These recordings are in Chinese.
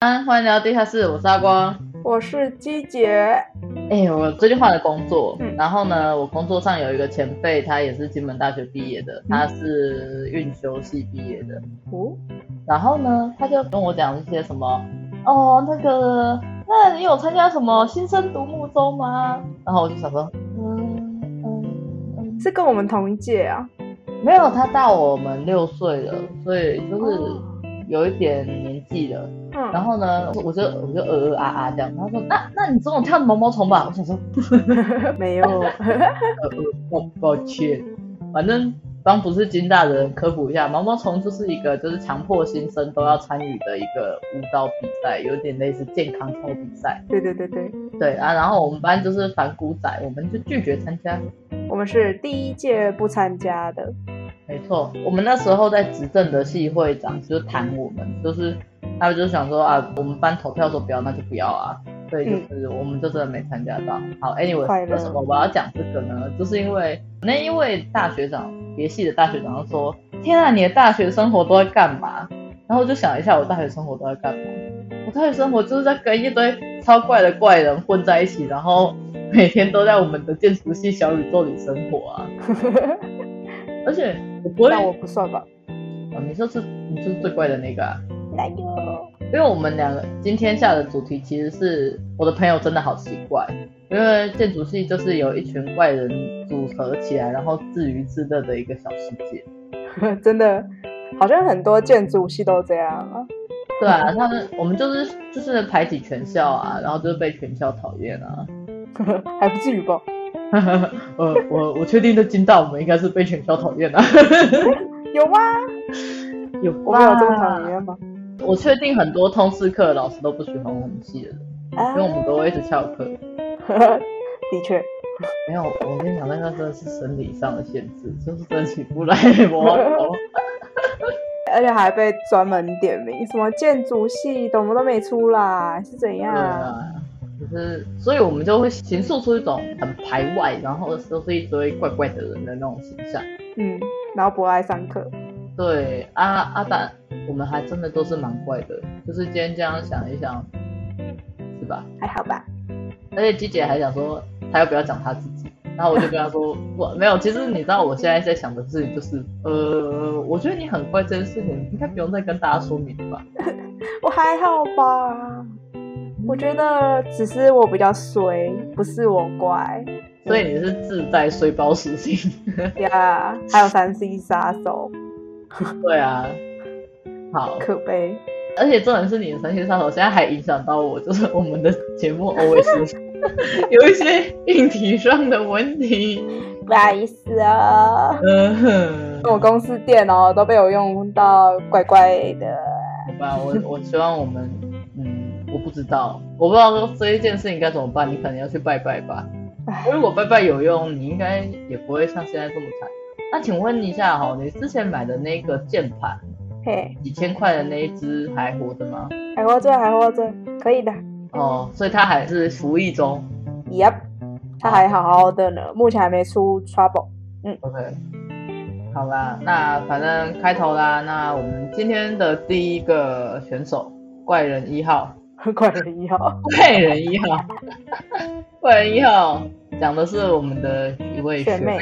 安，啊欢迎来到地下室，我是阿光。我是鸡姐，哎、我最近换了工作，嗯然后呢，我工作上有一个前辈，他也是金门大学毕业嗯的，他是运修系毕业的。哦，然后呢，他就跟我讲一些什么，哦，那个，那你有参加什么新生独木舟吗？然后我就想说，嗯嗯嗯，是跟我们同一届啊。没有，他大我们六岁了，所以就是哦有一点年纪了。嗯，然后呢，我就我就呃呃啊啊这样，他说那那你中午跳毛毛虫吧，我想说没有， 抱抱歉，反正帮不是金大的人科普一下，毛毛虫就是一个就是强迫新生都要参与的一个舞蹈比赛，有点类似健康操比赛。对对对对，对啊，然后我们班就是反骨仔，我们就拒绝参加。我们是第一届不参加 的。没错，我们那时候在执政的系会长就谈我们，就是他们就想说啊，我们班投票说不要，那就不要啊。所以就是我们就真的没参加到。好嗯快，anyway，乐为什么我要讲这个呢？就是因为那一位大学长，别系的大学长就说：“天啊，你的大学生活都在干嘛？”然后我就想一下，我大学生活都在干嘛？我大学生活就是在跟一堆超怪的怪人混在一起，然后每天都在我们的建筑系小宇宙里生活啊。而且我不会那我不算吧。哦，你就是你就是最怪的那个啊，哎呦，因为我们两个今天下的主题其实是我的朋友真的好奇怪，因为建筑系就是有一群怪人组合起来，然后自娱自乐的一个小世界。 真的，好像很多建筑系都这样啊。 对啊，他们我们就是就是排挤全校啊，然后就是被全校讨厌啊。 还不至于吧？呃，我我确定的金大我们应该是被全校讨厌啊。有吗？有我们有这么讨吧？厌吗？我确定很多通识课的老师都不喜欢我们系的人，啊因为我们都会一直翘课。 的确，没有，我跟你讲，那个真的是生理上的限制，就是真的起不来 毛毛虫。而且还被专门点名，什么建筑系怎么都没出来，是怎对样？啊，就是，所以我们就会形塑出一种很排外，然后都是一堆怪怪的人的那种形象。嗯，然后不爱上课，对，阿阿达，我们还真的都是蛮怪的，就是今天这样想一想，是吧？还好吧？而且鸡姐还想说，她要不要讲她自己？然后我就跟她说，我没有。其实你知道我现在在想的事情就是，呃，我觉得你很怪这件事情，应该不用再跟大家说明了吧？我还好吧？我觉得只是我比较衰，不是我乖所以你是自带衰包属性。呀。还有三 C 杀手， 对啊，好，可悲。而且重点是你的神奇杀手现在还影响到我，就是我们的节目 always 有一些硬体上的问题。不好意思啊，嗯哼，我公司电脑都被我用到怪怪的。好吧，我我希望我们，嗯，我不知道，我不知道这一件事情该怎么办，你可能要去拜拜吧。如果拜拜有用，你应该也不会像现在这么惨。那请问一下哈、你之前买的那个键盘嘿，几千块的那一只还活着吗？还活着，还活着，可以的。哦，所以他还是服役中。 Yep，他还好好的呢，目前还没出 trouble。 OK，好啦，那反正开头啦，那我们今天的第一个选手怪人一号，怪人一号，怪人一号， 怪人一号讲的是我们的一位学学妹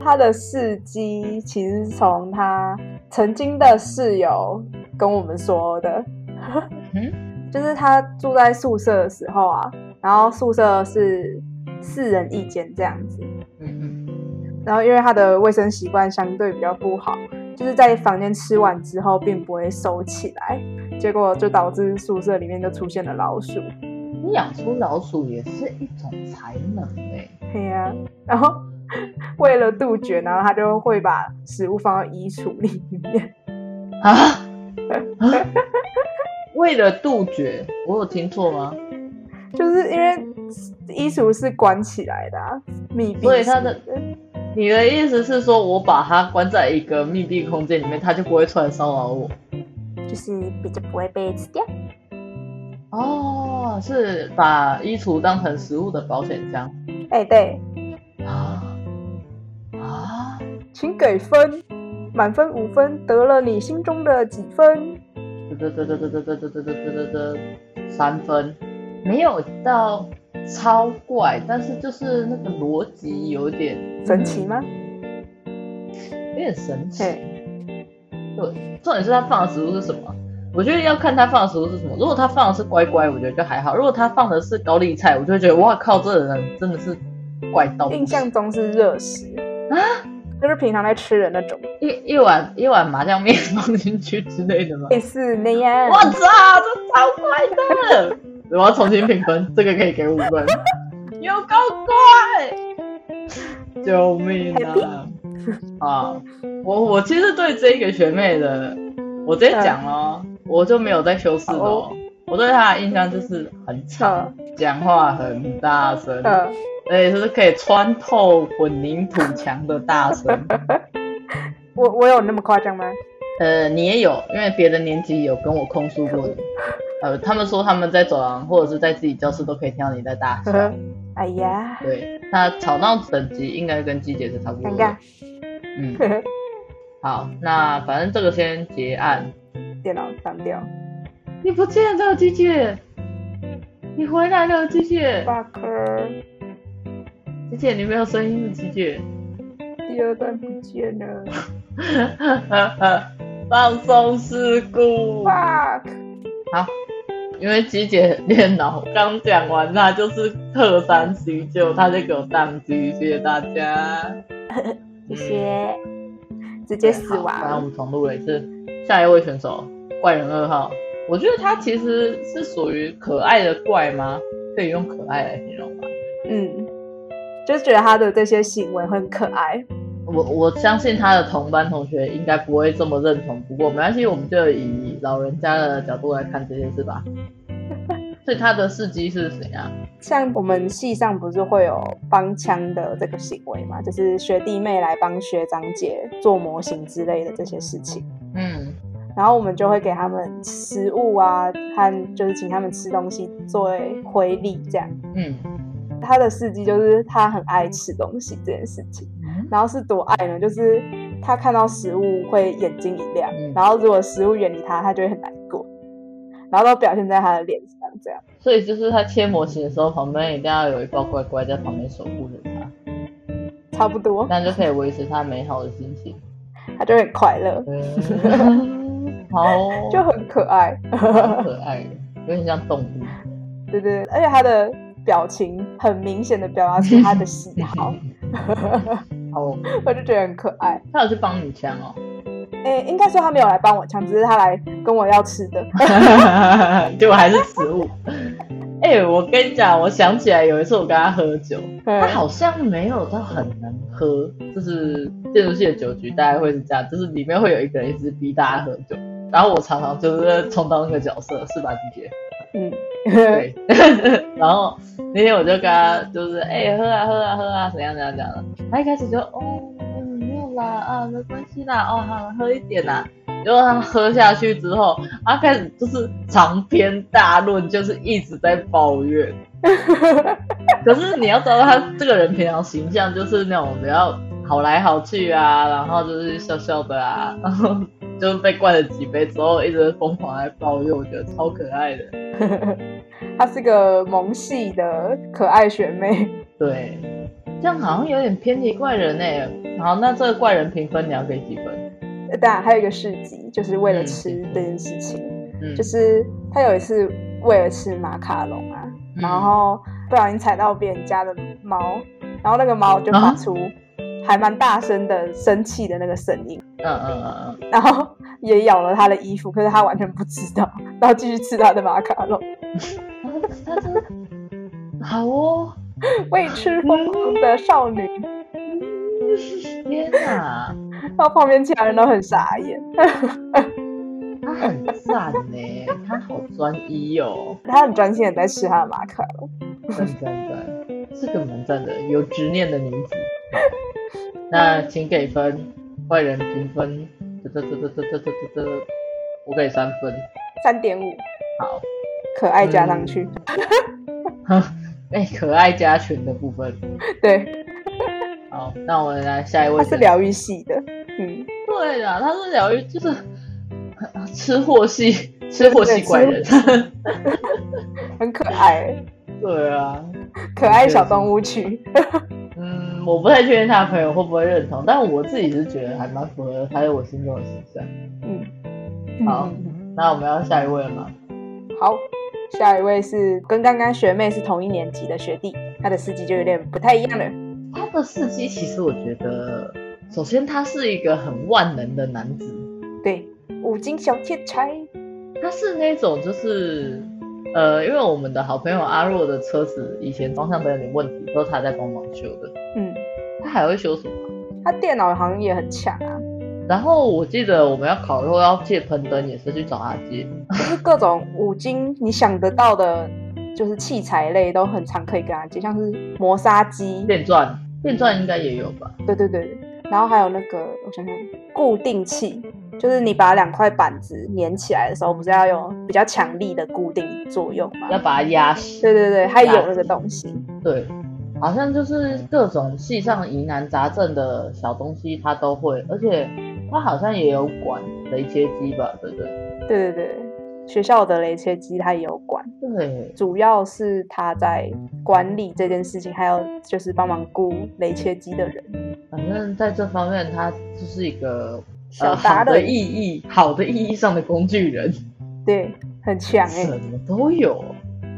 他的事迹其实是从他曾经的室友跟我们说的。嗯， 就是他住在宿舍的时候啊，然后宿舍是四人一间这样子，嗯然后因为他的卫生习惯相对比较不好，就是在房间吃完之后并不会收起来，结果就导致宿舍里面就出现了老鼠。嗯，你养出老鼠也是一种才能哎、嘿呀、然后为了杜绝，然后他就会把食物放到衣橱里面。啊啊，为了杜绝，我有听错吗？就是因为衣橱是关起来的、啊，密闭式，所以它的你的意思是说，我把它关在一个密闭空间里面，它就不会突然骚扰我？就是比较不会被吃掉。哦，是把衣橱当成食物的保险箱哎、对，啊啊！请给分，满分五分，得了你心中的几分？得得得得得得得得得得得得三分，没有到超怪，但是就是那个逻辑有点嗯神奇吗？有点神奇。嘿，重点是他放的食物是什么？我觉得要看他放的食物是什么。如果他放的是乖乖，我觉得就还好；如果他放的是高丽菜，我就会觉得哇靠，这人真的是怪到不行印象中是热食啊，就是平常在吃的那种，一一碗一碗麻酱面放进去之类的吗？类似那样我。操，这超快的！我要重新评分，这个可以给五分。有够快！救命啊！啊，我我其实对这个学妹的，我直接讲哦，我就没有在修饰的哦。我对她的印象就是很吵，讲话很大声，呃，而且就是可以穿透混凝土墙的大声。我我有那么夸张吗？呃，你也有，因为别的年级有跟我控诉过你。呃，他们说他们在走廊或者是在自己教室都可以听到你在大呵笑呵。哎呀，对，那吵闹等级应该跟季姐是差不多尴的。尬。嗯，呵呵好，那反正这个先结案。电脑关掉。你不见了，季姐，你回来了，季姐。巴克季姐，你没有声音了，季姐。 第二段不见了。放松事故。 Fuck！因为机姐电脑刚讲完，她就是特三急救，她就给我宕机，谢谢大家。 嗯谢谢。直接死好然后我亡。们重录了一次。下一位选手，怪人二号，我觉得他其实是属于可爱的怪吗？可以用可爱来形容吧。嗯，就是觉得他的这些行为很可爱。我我相信他的同班同学应该不会这么认同，不过没关系，我们就以老人家的角度来看这件事 吧。所以他的事迹是谁啊？像我们系上不是会有帮腔的这个行为嘛，就是学弟妹来帮学长姐做模型之类的这些事情，嗯，然后我们就会给他们食物啊，和就是请他们吃东西作为回礼这样。嗯，他的事迹就是他很爱吃东西这件事情，嗯然后是多爱呢？就是他看到食物会眼睛一亮，嗯然后如果食物远离他，他就会很难过，然后都表现在他的脸上这样。所以就是他切模型的时候，旁边一定要有一包乖乖在旁边守护着他，差不多这，样就可以维持他美好的心情。他就很快乐，嗯好 哦，就很可爱。蛮可爱的，有点像动物。对对，对而且他的表情很明显的表达出他的喜好，好哦，我就觉得很可爱。他有去帮你枪哦，诶，应该说他没有来帮我抢，只是他来跟我要吃的。 结果还是食物。哎、我跟你讲，我想起来有一次我跟他喝酒， 他好像没有到很能喝，就是建筑系的酒局大概会是这样，就是里面会有一个人一直逼大家喝酒，然后我常常就是充当那个角色，是吧，姐姐？嗯， 对， 然后那天我就跟他就是哎、喝啊喝啊喝啊怎样怎样怎样的，他一开始就哦嗯没有啦啊没关系啦哦好了喝一点啦，结果他喝下去之后，他开始就是长篇大论，就是一直在抱怨。可是你要知道他这个人平常形象就是那种比较好来好去啊，然后就是笑笑的啊，然后就是被灌了几杯之后一直疯狂在抱怨，我觉得超可爱的。她是个萌系的可爱学妹。 对，这样好像有点偏离怪人哎、好，那这个怪人评分你要给几分？呃当然还有一个事迹，就是为了吃嗯这件事情，嗯，就是她有一次为了吃马卡龙啊，嗯然后不小心踩到别人家的猫，然后那个猫就发啊出还蛮大声的生气的那个声音，嗯嗯嗯嗯然后也咬了她的衣服，可是她完全不知道，然后继续吃她的马卡龙，嗯，他他真的好哦， 为吃疯狂的少女，天哪，然后旁边其他人都很傻眼。他很赞呢、他好专一哦，她很专心的在吃她的马卡龙，赞赞赞，是个蛮赞的，有执念的女子。好那请给分，怪人评分，这这这这这这这这这，我给三分，三点五，好。可爱加上去，嗯 哎、可爱加群的部分。对，好，那我们来下一位啊她选手。是疗愈系的，嗯，对啦，他是疗愈，就是 吃货系，吃货系怪人。很可爱， 对啊，可爱小动物区。嗯，我不太确定他的朋友会不会认同，但我自己是觉得还蛮符合他在我心中的形象。嗯，好嗯那我们要下一位了吗？好，下一位是跟刚刚学妹是同一年级的学弟，他的司机就有点不太一样了。他的司机其实我觉得，首先他是一个很万能的男子，对，五金小天才，他是那种就是，呃，因为我们的好朋友阿若的车子以前方向灯有点问题，都是他在帮忙修的，嗯，他还会修什么？他电脑好像也很强啊，然后我记得我们要烤肉要借喷灯，也是去找他借。就是各种五金你想得到的，就是器材类都很常可以跟他接，像是磨砂机，电钻，电钻应该也有吧？对对对，然后还有那个我想想，固定器，就是你把两块板子粘起来的时候，不是要有比较强力的固定作用吗？要把它压实。对对对，它也压有死那个东西。对，好像就是各种系上疑难杂症的小东西他都会，而且他好像也有管雷切机吧，对不对？对对对，学校的雷切机它也有管，对，主要是他在管理这件事情，还有就是帮忙雇雷切机的人。反正在这方面他就是一个小呃达好的人，意义，好的意义上的工具人，对，很强哎、什么都有，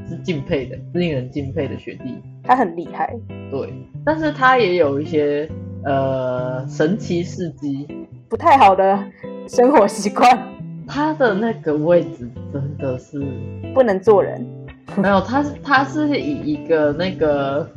是敬佩的，是令人敬佩的学弟。他很厉害。对，但是他也有一些呃神奇事迹，不太好的生活习惯，他的那个位置真的 是不能做人。没有，他是他是以一个那个，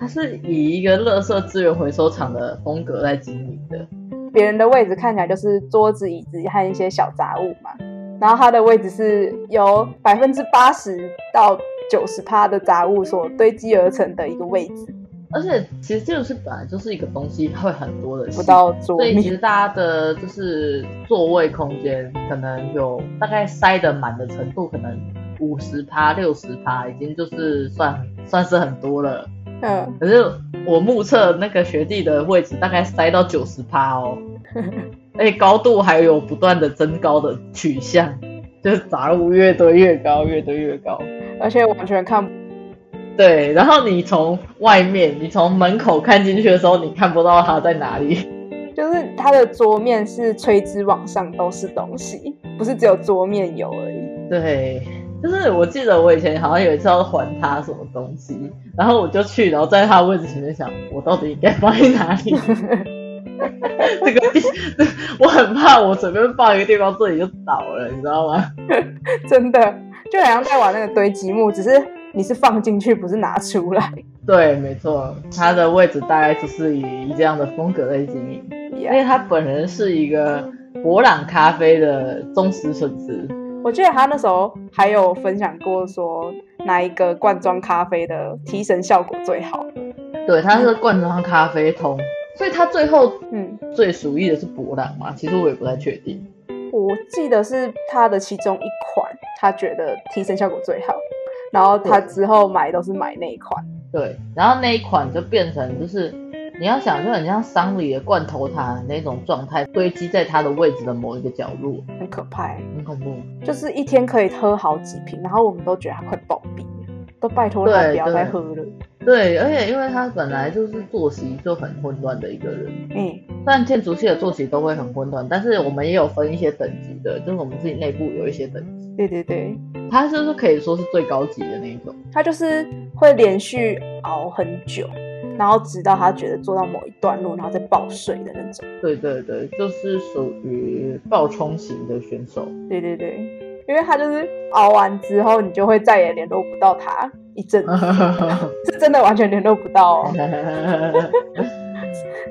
他是以一个垃圾资源回收厂的风格在经营的。别人的位置看起来就是桌子、椅子和一些小杂物嘛，然后他的位置是由百分之八十到九十趴的杂物所堆积而成的一个位置，而且其实这个是本来就是一个东西会很多的系不到桌所以其面。实大家的就是座位空间可能有大概塞得满的程度，可能五十趴、六十趴，已经就是算算是很多了。嗯，可是我目测那个学弟的位置大概塞到九十趴哦，而且高度还有不断的增高的取向，就是杂物越堆越高，越堆越高。而且完全看不对，然后你从外面，你从门口看进去的时候，你看不到他在哪里。就是它的桌面是垂直往上都是东西，不是只有桌面有而已。对，就是我记得我以前好像有一次要还他什么东西，然后我就去，然后在他位置前面想，我到底应该放在哪里？ 这个地， 我很怕我随便放一个地方，这里就倒了，你知道吗？真的，就好像在玩那个堆积木，只是你是放进去，不是拿出来。对，没错，他的位置大概就是以这样的风格在经营，因 Yeah 为他本人是一个博朗咖啡的忠实粉丝。我记得他那时候还有分享过说，哪一个罐装咖啡的提神效果最好？对，他是罐装咖啡通，所以他最后嗯，最属意的是博朗嘛？其实我也不太确定。我记得是他的其中一款，他觉得提神效果最好，然后他之后买都是买那一款。对，然后那一款就变成就是你要想，就很像丧礼的罐头塔那种状态，堆积在他的位置的某一个角落，很可怕欸、很恐怖。就是一天可以喝好几瓶，然后我们都觉得他快暴毙了，都拜托他对不要对再喝了。对，而且因为他本来就是作息就很混乱的一个人，嗯，虽然建筑系的作息都会很混乱，但是我们也有分一些等级的，就是我们自己内部有一些等级，对对对，他就是可以说是最高级的那一种。他就是会连续熬很久，然后直到他觉得做到某一段路，然后再爆睡的那种。对对对，就是属于爆冲型的选手。 对对对，因为他就是熬完之后，你就会再也联络不到他一阵子， 是真的完全联络不到哦，嗯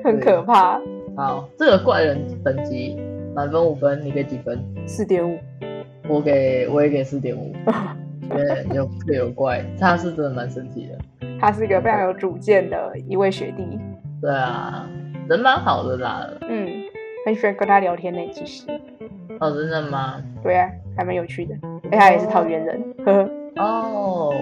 很可怕。好，这个怪人等级满分五分，你给几分？四点五，我给我也给四点五，因为有特有怪，他是真的蛮神奇的。他是一个非常有主见的一位学弟，对啊，人蛮好的啦。嗯，很喜欢跟他聊天呢、其实。哦，真的吗？对啊，还蛮有趣的。哎，他也是桃园人，呵呵。哦，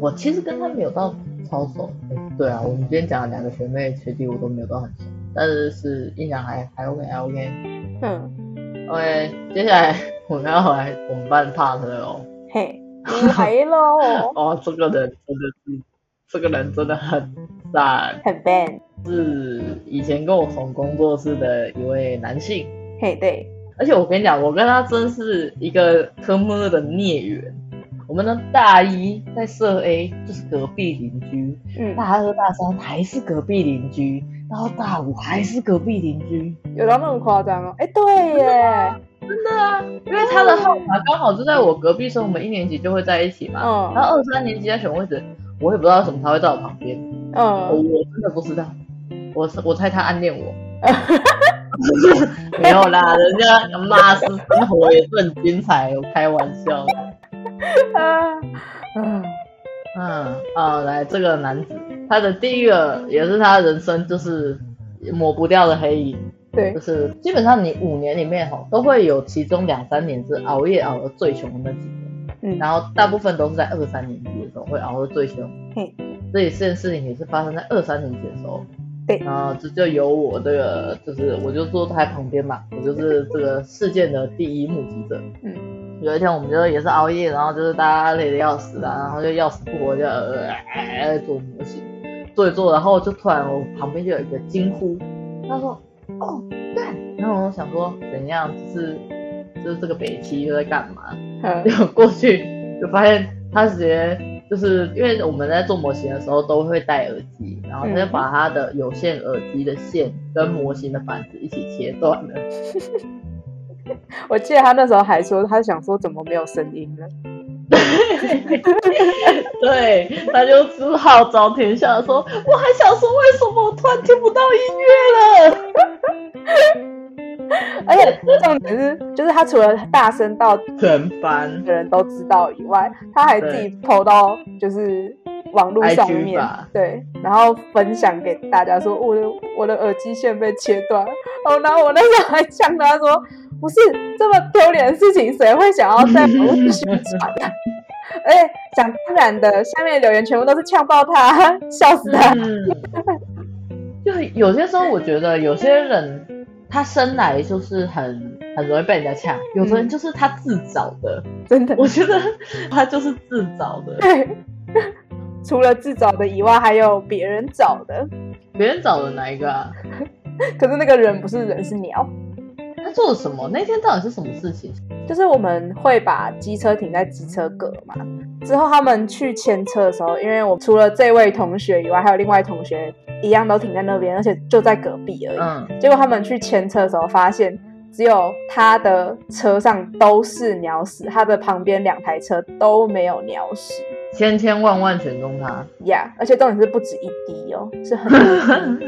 我其实跟他没有到超熟。诶对啊，我们今天讲的两个学妹学弟我都没有到很熟，但是是印象还还 OK 还 OK。嗯， OK，接下来我们要回来我们班怕的哦。嘿，来喽，哦，这个人真的是，这个人真的很赞， 很 ban，是以前跟我同工作室的一位男性，嘿，对，而且我跟你讲，我跟他真是一个科目二的孽缘。我们的大一在社 A 就是隔壁邻居，嗯，大二大三还是隔壁邻居，然后大五还是隔壁邻居。有到那么夸张哦？哎，对耶，真的啊，因为他的号码刚好就在我隔壁，所以我们一年级就会在一起嘛。然嗯后二三年级在选位置，我也不知道为什么他会在我旁边，我嗯，我真的不知道，我是我猜他暗恋我。没有啦，人家妈是生活也是很精彩，我开玩笑。啊，嗯，嗯啊，来这个男子，他的第一个也是他人生就是抹不掉的黑影，对就，是基本上你五年里面吼都会有其中两三年是熬夜熬得最穷的那几年。嗯，然后大部分都是在二三年级的时候会熬得最凶。嘿，这一件事情也是发生在二三年级的时候。对然后这就由我这个，就是我就坐在他旁边嘛，我就是这个事件的第一目击者。嗯，有一天我们就也是熬夜，然后就是大家累得要死啊，然后就要死不活就呃做模型，做一做，然后就突然我旁边就有一个惊呼，他说：“哦，干！”然后我想说怎样，就是就是这个北七又在干嘛？嗯就过去就发现他直接就是因为我们在做模型的时候都会戴耳机，然后他就嗯把他的有线耳机的线跟模型的板子一起切断了。我记得他那时候还说，他想说怎么没有声音了，对，他就只好找田下说：“我还想说，为什么我突然听不到音乐了而且重点是，就是他除了大声到？”很烦个人都知道以外，嗯他还自己投到就是网络上 IG 面，吧。对，然后分享给大家说我的我的耳机线被切断，哦，然后我那时候还呛他说，不是这么丢脸的事情，谁会想要在网络上宣传 啊？而且讲当然的，下面的留言全部都是呛爆他，笑死他。嗯，就是有些时候我觉得有些人他生来就是很很容易被人家呛，有的人就是他自找的。真的。我觉得他就是自找的，对，除了自找的以外，还有别人找的。别人找的哪一个啊？可是那个人不是人，是鸟。他做了什么？那天到底是什么事情？就是我们会把机车停在机车格嘛，之后他们去牵车的时候，因为我除了这位同学以外，还有另外同学一样都停在那边，而且就在隔壁而已。嗯，结果他们去牵车的时候，发现只有他的车上都是鸟屎，他的旁边两台车都没有鸟屎千千万万选中 他。呀而且重点是不止一滴哦，是很 多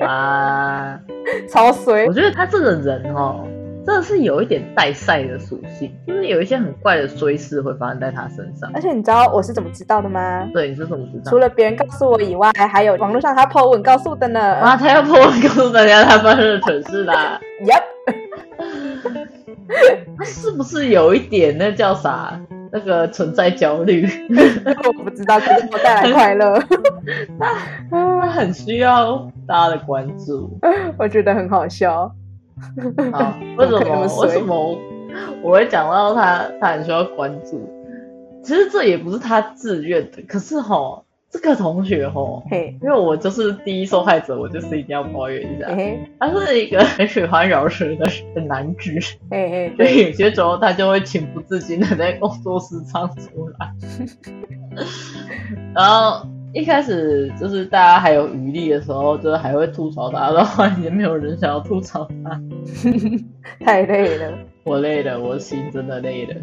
啊，滴超衰我。觉得他这个人哦，真的是有一点带赛的属性，就是有一些很怪的衰事会发生在他身上。而且你知道我是怎么知道的吗？对，你是怎么知道除？了别人告诉我以外，还有网络上他 po 文告诉我的呢。啊，他要破文告诉大家他发生的蠢事啦。 Yep，他是不是有一点那叫啥？那个存在焦虑， 我不知道，给我带来快乐。他很需要大家的关注。我觉得很好笑，啊，为什怎么可以那么么为随什么我会讲到他他很需要关注？其实这也不是他自愿的，可是吼，这个同学吼，嘿，因为我就是第一受害者，我就是一定要抱怨一下嘿，嘿，他是一个很喜欢饶舌的男子，嘿嘿，所 对，以有些时候他就会情不自禁的在工作室唱出来。 然后一开始就是大家还有余力的时候，就是还会吐槽他，然后后来也没有人想要吐槽他。太累了，我累了，我心真的累了，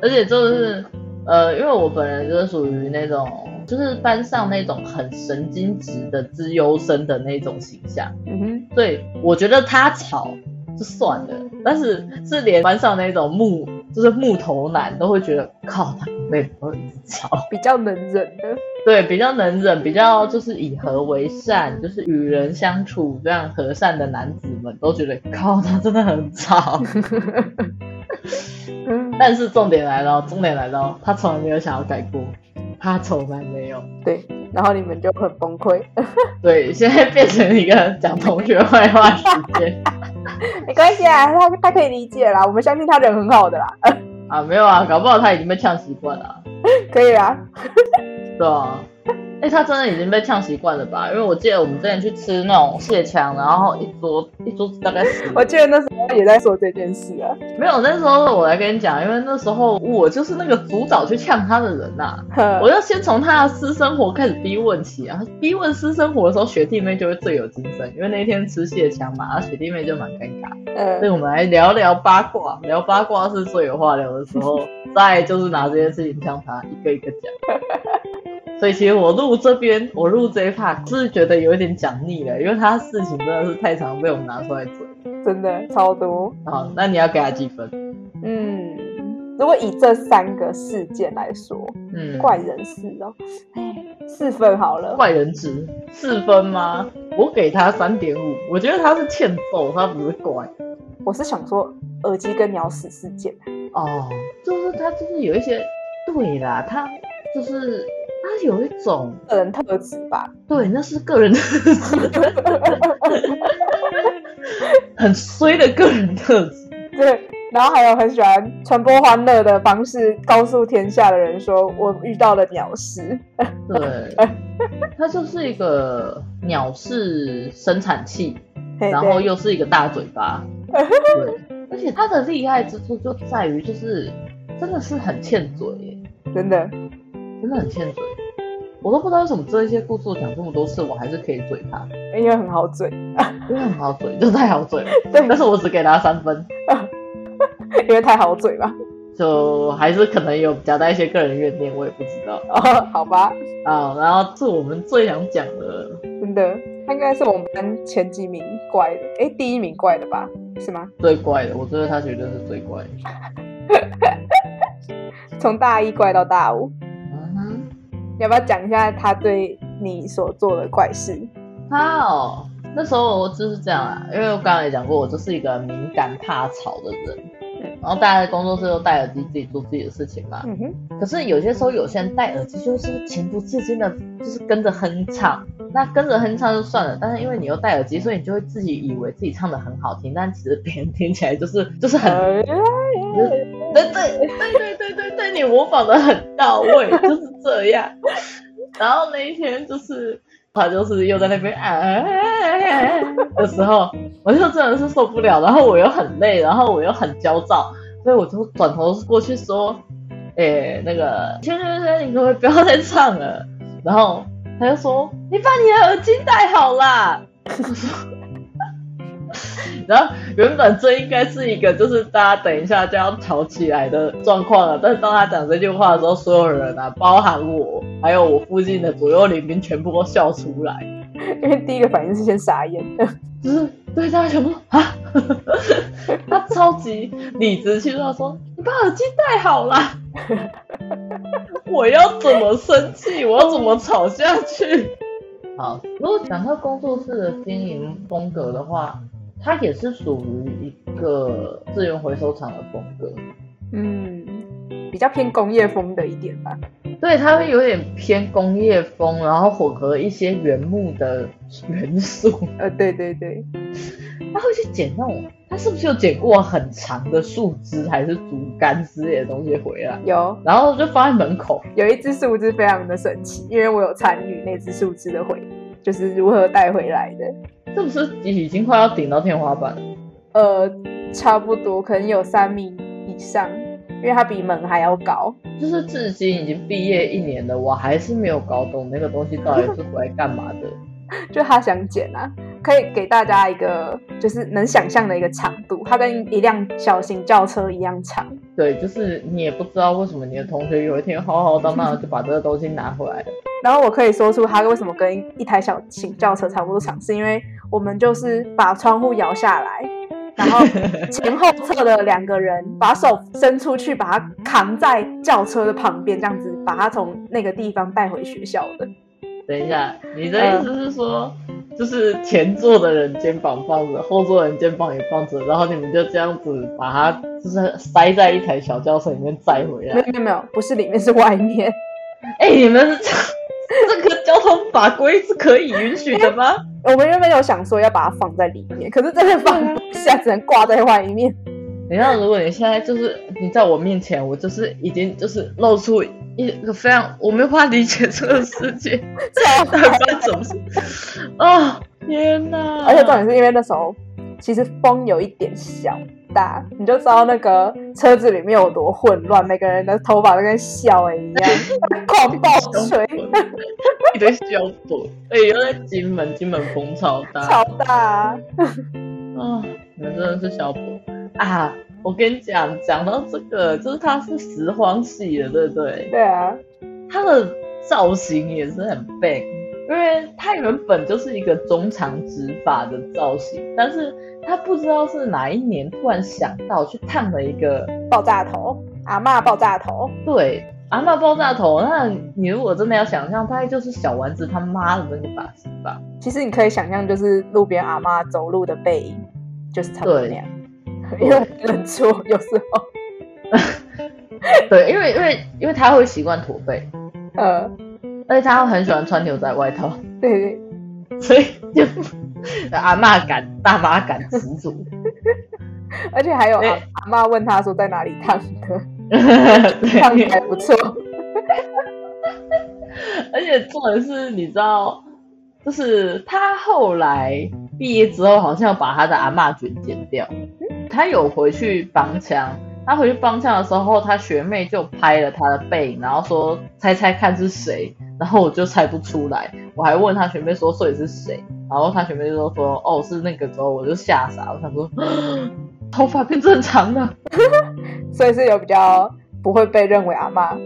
而且就是呃，因为我本人就是属于那种就是班上那种很神经质的资优生的那种形象，嗯所以我觉得他吵就算了，但是是连班上那种木就是木头男都会觉得靠他为什么会一直吵？哼，比较能忍的，对，比较能忍，比较就是以和为善，就是与人相处这样和善的男子们都觉得靠他真的很吵。嗯，但是重点来了，重点来了，他从来没有想要改过，他从来没有。对，然后你们就很崩溃， 对，现在变成一个讲同学坏话时间。 没关系啊，他他可以理解啦，我们相信他人很好的啦，啊，没有啊，搞不好他已经被呛习惯了啊，可以啊啦。对啊。哎、他真的已经被呛习惯了吧？因为我记得我们之前去吃那种蟹枪，然后一桌一桌子大概十我记得那时候也在说这件事啊，没有，那时候我来跟你讲，因为那时候我就是那个主导去呛他的人啊呐、我 哼要先从他的私生活开始逼问起啊。逼问私生活的时候，学弟妹就会最有精神，因为那一天吃蟹枪嘛，然啊后学弟妹就蛮尴尬。所以嗯，我们来聊聊八卦，聊八卦是最有话聊的时候。再来就是拿这件事情向他一个一个讲。所以其实我录这边，我录这一 part 是觉得有一点讲腻了，因为他事情真的是太常被我们拿出来嘴。真的超多。好，那你要给他几分？嗯，如果以这三个事件来说，嗯，怪人事哦，哎四分好了。怪人值四分吗？我给他三点五，我觉得他是欠揍，他不是怪我是想说耳机跟鸟屎事件，哦，就是他就是有一些对啦，他就是他有一种个人特质吧。对，那是个人的 很衰的个人特质。对，然后还有很喜欢传播欢乐的方式，告诉天下的人说我遇到了鸟事。对，他就是一个鸟式生产器，嘿然对后又是一个大嘴 巴。对，而且他的厉害之处就在于，就是真的是很欠嘴耶，真的，真的很欠嘴。我都不知道为什么这一些故事我讲这么多次，我还是可以嘴他，因为很好嘴，因为很好嘴，就太好嘴了。对，但是我只给他三分，因为太好嘴吧。就还是可能有夹带一些个人怨念，我也不知道。哦，好吧，啊，然后是我们最想讲的，真的，他应该是我们班前几名怪的，诶，第一名怪的吧？是吗？最怪的，我觉得他绝对是最怪的。从大一怪到大五，嗯你要不要讲一下他对你所做的怪事？哼，他哦，那时候我就是这样啊，因为我刚刚也讲过，我就是一个敏感怕吵的人嗯，然后大家在工作室都戴耳机自己做自己的事情嘛。嗯 哼，可是有些时候有些人戴耳机就是情不自禁的，就是跟着哼唱。那跟着哼唱就算了，但是因为你又戴耳机，所以你就会自己以为自己唱的很好听，但其实别人听起来就是就是很呃对对对对对对对，你模仿的很到位，就是这样。然后那一天就是他就是又在那边啊的时候，我就真的是受不了，然后我又很累，然后我又很焦躁，所以我就转头过去说：“诶、那个圈圈圈，你可不可以不要再唱了？”然后他就说：“你把你的耳机戴好啦。”然后 原本这应该是一个就是大家等一下就要吵起来的状况啊了，但是当他讲这句话的时候，所有人啊，包含我，还有我附近的左右邻兵，全部都笑出来，因为第一个反应是先傻眼，就是对大家 全部啊，他超级理直气壮地说：“你把耳机戴好啦，我要怎么生气，我要怎么吵下去？”好，如果讲到工作室的经营风格的话，它也是属于一个资源回收厂的风格，嗯，比较偏工业风的一点吧。对，它会有点偏工业风，然后混合一些原木的元素。呃，对对对，他会去捡那种，他是不是有捡过很长的树枝还是竹竿之类的东西回来，有然后就放在门口？有一只树枝非常的神奇，因为我有参与那只树枝的回，就是如何带回来的。是不是已经快要顶到天花板了？呃，差不多可能有三米以上，因为它比门还要高。就是至今已经毕业一年了，我还是没有搞懂那个东西到底是回来干嘛的。就他想剪啊，可以给大家一个就是能想象的一个长度，它跟一辆小型轿车一样长。对，就是你也不知道为什么你的同学有一天浩浩荡荡的就把这个东西拿回来了。然后我可以说出它为什么跟一台小型轿车差不多长，是因为我们就是把窗户摇下来，然后前后侧的两个人把手伸出去，把它扛在轿车的旁边，这样子把它从那个地方带回学校的。等一下，你的意思是说，就是前座的人肩膀放着，后座人肩膀也放着，然后你们就这样子把它就是塞在一台小轿车里面载回没来有。没有没有，不是里面是外面，哎、你们是 这个交通法规是可以允许的吗？我们原本有想说要把它放在里面，可是真的放不下，只能挂在外面。你知道，如果你现在就是你在我面前，我就是已经就是露出一个非常我没有办法理解这个世界 超到底发生什么事。哦，天哪！而且重点是因为那时候其实风有一点小大，你就知道那个车子里面有多混乱，每个人的头发都跟小哎一样，狂暴吹， 一堆消毒，哎，又在金门，金门风超大。超大、啊。啊，你们真的是小博啊！我跟你讲，讲到这个，就是他是拾荒系的，对不对？对啊，他的造型也是很 bang，因为他原本就是一个中长直发的造型，但是他不知道是哪一年突然想到去烫了一个爆炸头，阿嬷爆炸头，对阿嬷爆炸头。那你如果真的要想象，大概就是小丸子他妈的那个发型吧。其实你可以想象，就是路边阿嬷走路的背影，就是差不多那样。因为我认错，有时候， 对，因为因为因为他会习惯驼背，呃， 而且他很喜欢穿牛仔外套。对对，所以就 阿嬷感、大妈感十足。而且还有阿对阿妈问他说在哪里烫的，烫的 对，还不错。而且重点是，你知道，就是他后来毕业之后，好像把他的阿嬷卷剪掉。他有回去帮腔，他回去帮腔的时候，他学妹就拍了他的背影，然后说猜猜看是谁，然后我就猜不出来，我还问他学妹说所以是谁，然后他学妹就说说哦是那个时候，我就吓傻，我想说头发变正常了。所以是有比较不会被认为阿妈，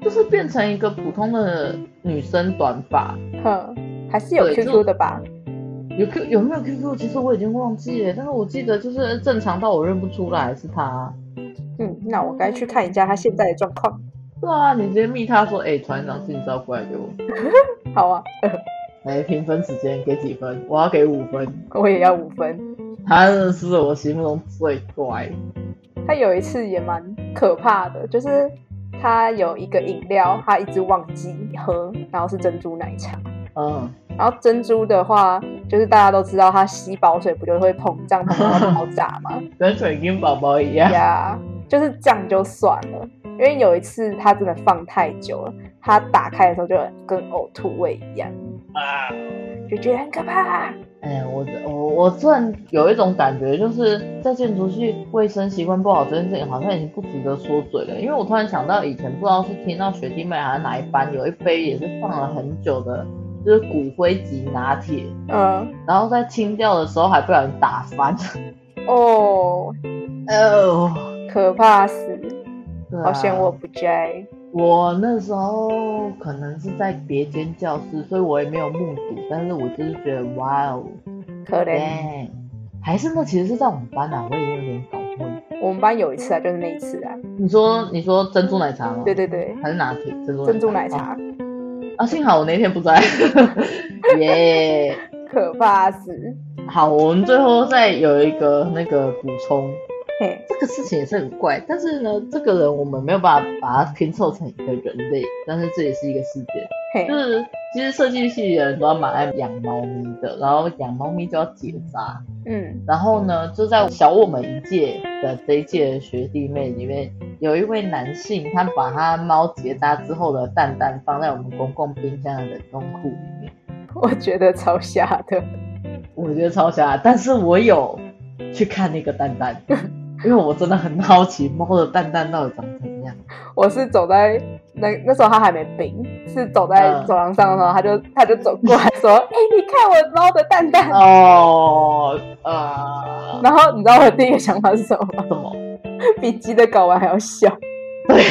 就是变成一个普通的女生短发。哼，嗯还是有对这 QQ 的吧？有 Q 有没有 QQ？其实我已经忘记了，但是我记得就是正常到我认不出来是她。嗯，那我该去看一下他现在的状况。 对啊，你直接密她说，哎、传一张近照过来给我。好啊，哎、评分时间给几分？我要给五分。我也要五分。她真的是我心目中最乖。他有一次也蛮可怕的，就是他有一个饮料，他一直忘记喝，然后是珍珠奶茶。嗯，然后珍珠的话，就是大家都知道，它吸饱水不就会膨胀，膨胀到爆炸嘛？跟水晶宝宝一样。呀就是这样就算了。因为有一次他真的放太久了，他打开的时候就跟呕吐味一样，啊就觉得很可怕。哎，我我我突然有一种感觉，就是在建筑系卫生习惯不好这件事情，好像已经不值得说嘴了。因为我突然想到以前不知道是听到学弟妹还是哪一班有一杯也是放了很久的，就是骨灰级拿铁，嗯，然后在清掉的时候还不小心打 翻。哦，哦，可怕死！对啊好险我不摘。我那时候可能是在别间教室，所以我也没有目睹，但是我就是觉得哇哦，可对怜，，还是那其实是在我们班啊，我也有点搞混。我们班有一次啊，就是那一次啊。你说你说珍珠奶茶吗？对对对，还是拿铁？珍珠珍珠奶茶、啊！幸好我那天不在， 耶、可怕死！好，我们最后再有一个那个补充，嘿，这个事情也是很怪，但是呢，这个人我们没有办法把它拼凑成一个人类，但是这也是一个世界。嘿就，是其实设计系的人都还蛮爱养猫咪的，然后养猫咪就要结扎，嗯，然后呢，就在小我们一届的这一届的学弟妹里面，有一位男性，他把他猫结扎之后的蛋蛋放在我们公共冰箱的冷冻库里面，嗯我觉得超瞎的。我觉得超瞎。但是我有去看那个蛋蛋，因为我真的很好奇猫的蛋蛋到底长怎样。我是走在那那时候他还没病，是走在嗯走廊上的时候，他就他就走过来 说：“哎、你看我猫的蛋蛋。哦，呃，然后你知道我的第一个想法是什么 吗？什么？比鸡的睾丸还要小。对，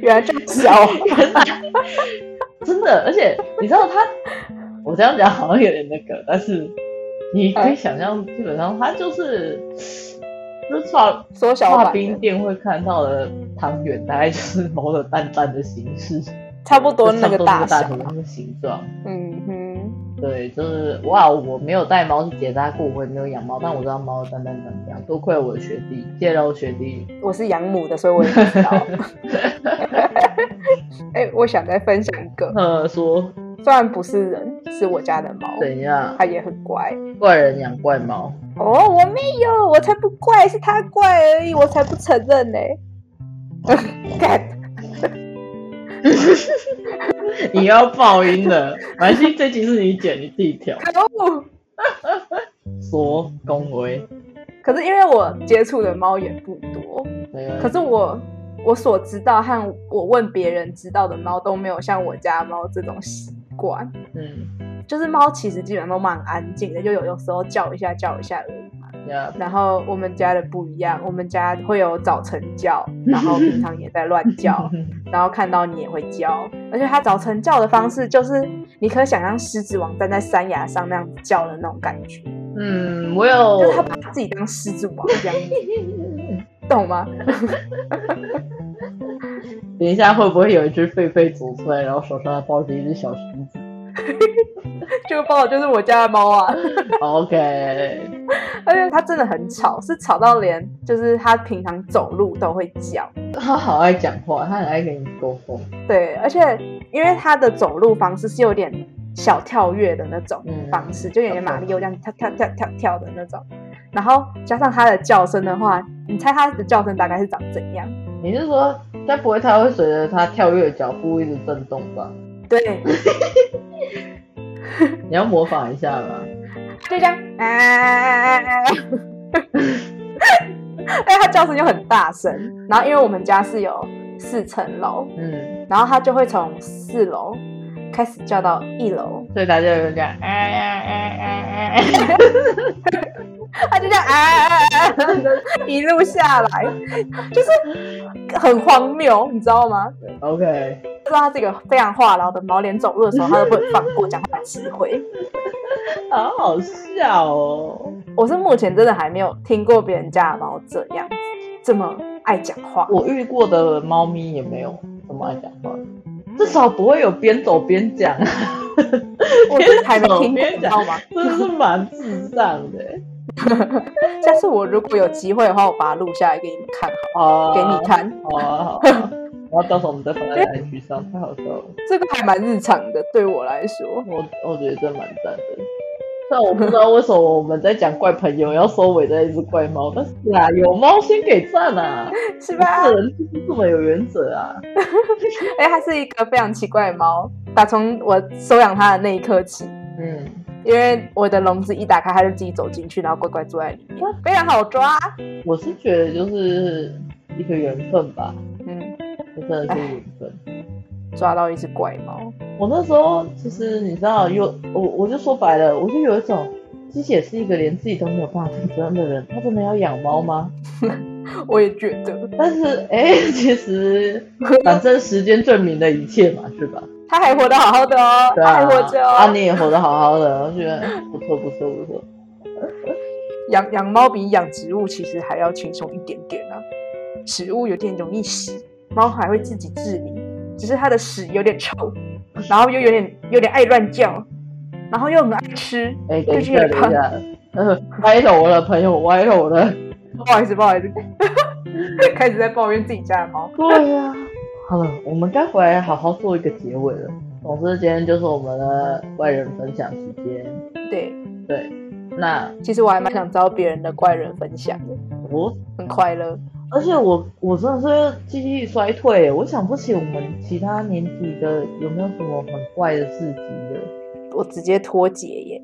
原来这么小啊， 真的，而且你知道他，我这样讲好像有点那个，但是你可以想象，基本上他就是，就是化缩小化版冰的，店会看到的汤圆，大概就是猫的蛋蛋的形式，差不多那差不个多大大小小。的形状。嗯哼，对，就是哇，我没有带猫去结扎过，我也没有养猫，但我知道猫单单长这样，多亏我的学弟，谢谢我学弟。我是养母的，所以我也不知道。哎、我想再分享一个，呃，说虽然不是人，是我家的猫，怎样？它也很乖。怪人养怪猫，哦，我没有，我才不怪，是它怪而已，我才不承认呢、 干，你要爆音了。反正这集是你剪，你自己调。可恶！说恭维，可是因为我接触的猫也不多，那个可是我我所知道和我问别人知道的猫都没有像我家猫这种习惯。嗯就是猫其实基本上都蛮安静的，就有有时候叫一下叫一下而已。嗯 呀，然后我们家的不一样，我们家会有早晨叫，然后平常也在乱 叫，然后看到你也会叫，而且它早晨叫的方式就是你可想象狮子王站在山崖上那样子叫的那种感觉，嗯，我有就是它把它自己当狮子王这样子，懂吗？等一下会不会有一只狒狒走出来，然后手上还抱着一只小狮子这个包括就是我家的猫啊， ？OK，而且它真的很吵，是吵到连就是它平常走路都会叫。它好爱讲话，它很爱跟你沟通。对，而且因为它的走路方式是有点小跳跃的那种嗯方式，就有点马里奥这样跳跳跳跳跳的那种。然后加上它的叫声的话，你猜它的叫声大概是长怎样？你是说，该不会它会随着它跳跃的脚步一直震动吧？对，你要模仿一下吧。就这样，啊啊 啊啊！哎，它叫声又很大声。然后因为我们家是有四层楼，嗯，然后它就会从四楼开始叫到一楼，所以大家就这样，哎哎哎哎哎哎，他就这样啊啊啊啊 啊，一路下来，就是很荒谬，你知道吗？ OK，知道他这个非常话痨的猫，连走路的时候他都不能放过讲话的机会。好好笑哦。我是目前真的还没有听过别人家的猫这样子这么爱讲话。我遇过的猫咪也没有这么爱讲话，至少不会有边走边讲，我真的还没听过，边你知道吗？ 真的是蛮智障的。欸下次我如果有机会的话，我把它录下来给你们看，好、啊，给你看。好啊，好 啊。然后到时候我们再放在 IG 上，太好笑了。这个还蛮日常的，对我来说。我我觉得真蛮赞的。虽然我不知道为什么我们在讲怪朋友要收尾在一只怪猫，但是啊，有猫先给赞啊！是吧？这人就是这么有原则啊！哎，它是一个非常奇怪的猫。打从我收养它的那一刻起，嗯，因为我的笼子一打开，它就自己走进去，然后乖乖坐在里面，非常好抓。我是觉得就是一个缘分吧，嗯，这真的是缘分。抓到一只怪猫，我那时候其实你知道，有我我就说白了，我就有一种，鸡姐是一个连自己都没有办法负责任的人，她真的要养猫吗？ 我也觉得但是哎、 其实反正时间证明了一切嘛，是吧？它还活得好好的哦，对它还啊，活着啊，哦。你也活得好好的，我觉得不错不错不错。养养猫比养植物其实还要轻松一点点啊，植物有点容易洗，猫还会自己治理，只是它的屎有点臭，然后又有点有点爱乱叫，然后又很爱吃。哎、等一就下是等一下，呃， 歪楼了，朋友歪楼了。 不好意思，不 好意思，开始在抱怨自己家的猫。对呀、好了，我们该回来好好做一个结尾了。总之，今天就是我们的外人分享时间。对，对，那其实我还蛮想知道别人的怪人分享的，我很快乐。而且我我真的是记忆力衰退欸耶，我想不起我们其他年级的有没有什么很怪的事迹了。我直接脱节耶，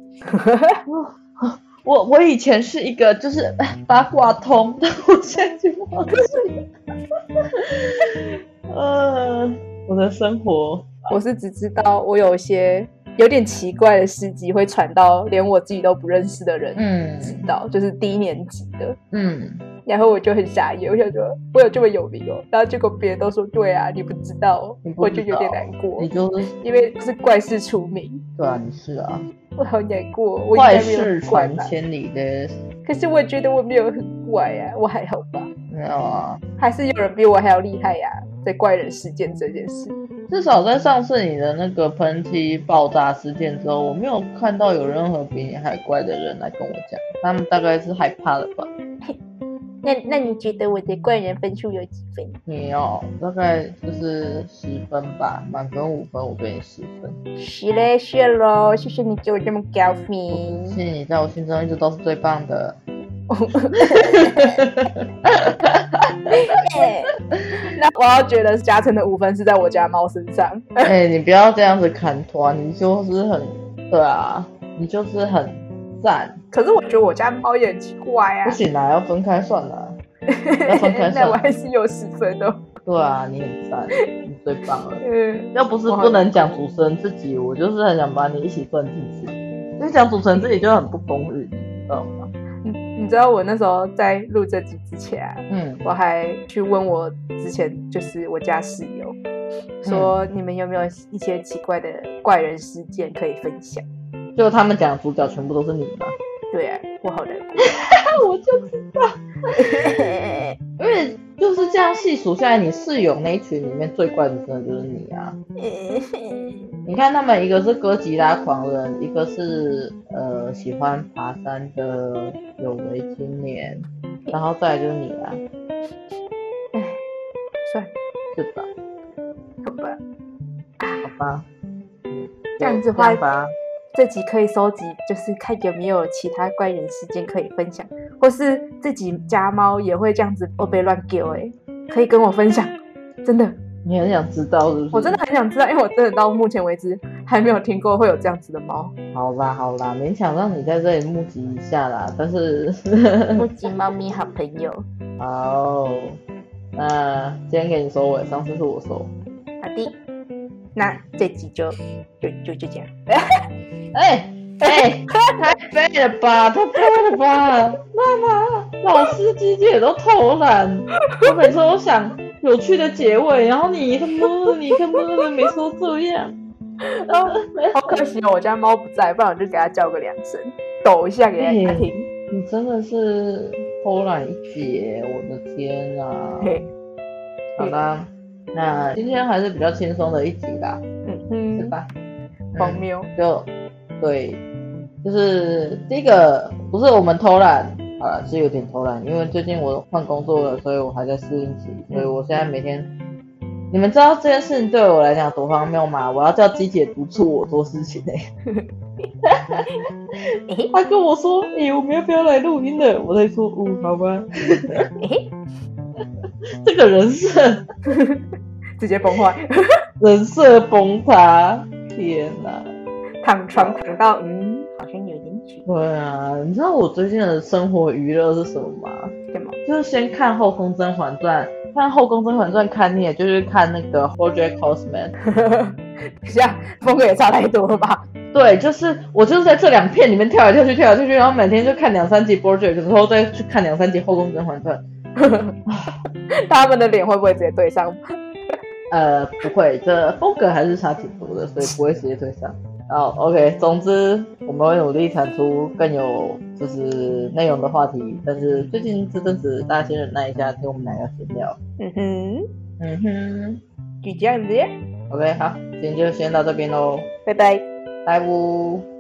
我我以前是一个就是八卦通，但我现在就忘记了。呃，我的生活我是只知道我有一些有点奇怪的事迹会传到连我自己都不认识的人嗯知道，就是低年级的。嗯，然后我就很傻眼，我想说我有这么有名哦，然后结果别人都说对啊，你不知道哦，你不我知就道有点难过你，就是因为是怪事出名，对啊，你是啊，我好难过，我应怪该没有事很怪传吧？千里的，可是我觉得我没有很怪啊，我还好吧，没有啊，啊还是有人比我还要厉害呀、在怪人事件这件事。至少在上次你的那个喷漆爆炸事件之后，我没有看到有任何比你还乖的人来跟我讲，他们大概是害怕了吧？那那你觉得我的怪人分数有几分？你哦，大概就是十分吧，满分五分，我给你十分。十嘞，谢喽，谢谢你给我这么高分。 谢谢你在我心中一直都是最棒 的。耶那我要觉得嘉诚的五分是在我家猫身上，哎、你不要这样子砍团，你就是很对啊，你就是很 赞。可是我觉得我家猫也很奇怪啊不。行啦，要分开算啊啦。要分开 那我算。还是有十分的。对啊，你很赞，你最棒了。嗯，要不是不能讲主持人自己，我就是很想把你一起算进去。因为讲主持人自己就很不公允，你知道吗？你你知道我那时候在录这集之前啊、嗯，我还去问我之前就是我家室友，嗯说你们有没有一些奇怪的怪人事件可以分享？就他们讲的主角全部都是你嘛。对啊，我好难 过。那我就因为就是这样细数下来，你室友那一群里面最怪的真的就是你啊！ 你看他们一个是哥吉拉狂人，一个是呃喜欢爬山的有为青年，然后再来就是你啊，唉，算了，是吧？好吧，好吧，这样子就的话样吧，这集可以收集，就是看有没有其他怪人事件可以分享，或是自己家猫也会这样子哦被乱丢哎，可以跟我分享，真的，你很想知道是不是？我真的很想知道，因为我真的到目前为止还没有听过会有这样子的 猫。好啦好啦，勉强让你在这里募集一下啦，但是目击猫咪好朋友，好好，那今天给你收尾，上次是我收。的，那这集就就就就这样， 哎哎，太废了吧，太废了吧！妈妈，老司机姐都偷懒。我每次都想有趣的结尾，然后你他妈的，你他妈的每次都这样。然后好可惜哦，我家猫不在，不然我就给它叫个两声，抖一下给它嗯听。你真的是偷懒一姐，我的天啊！嘿，好啦，那今天还是比较轻松的一集吧，嗯是嗯，吧？荒谬，就对，就是第一个不是我们偷懒，好了是有点偷懒，因为最近我换工作了，所以我还在适应期，所以我现在每天，你们知道这件事情对我来讲多荒谬吗？我要叫机姐督促我做事情哎、诶他跟我说：“哎、我们要不要来录音了？”我在说：“哦、好吧。诶”这个人设直接崩 坏，人设崩塌，天哪、躺床躺到嗯，好像有点久。对啊，你知道我最近的生活娱乐是什么吗？什么？ 就是先看《后宫甄嬛传》，看《后宫甄嬛传》看腻了，就是看那个 Project Cosman。等一下风格也差太多了吧？ 对，就是我就是在这两片里面跳来跳去，跳来跳去，然后每天就看两三集 Project，然后再去看两三集《后宫甄嬛传》。他们的脸会不会直接对上？呃，不会，这风格还是差挺多的，所以不会直接对上。然后哦 OK，总之我们会努力产出更有就是内容的话题，但是最近这阵子大家先忍耐一下，听我们两个闲聊。嗯 哼，嗯哼就这样子， ，OK，好，今天就先到这边喽，拜拜。拜拜。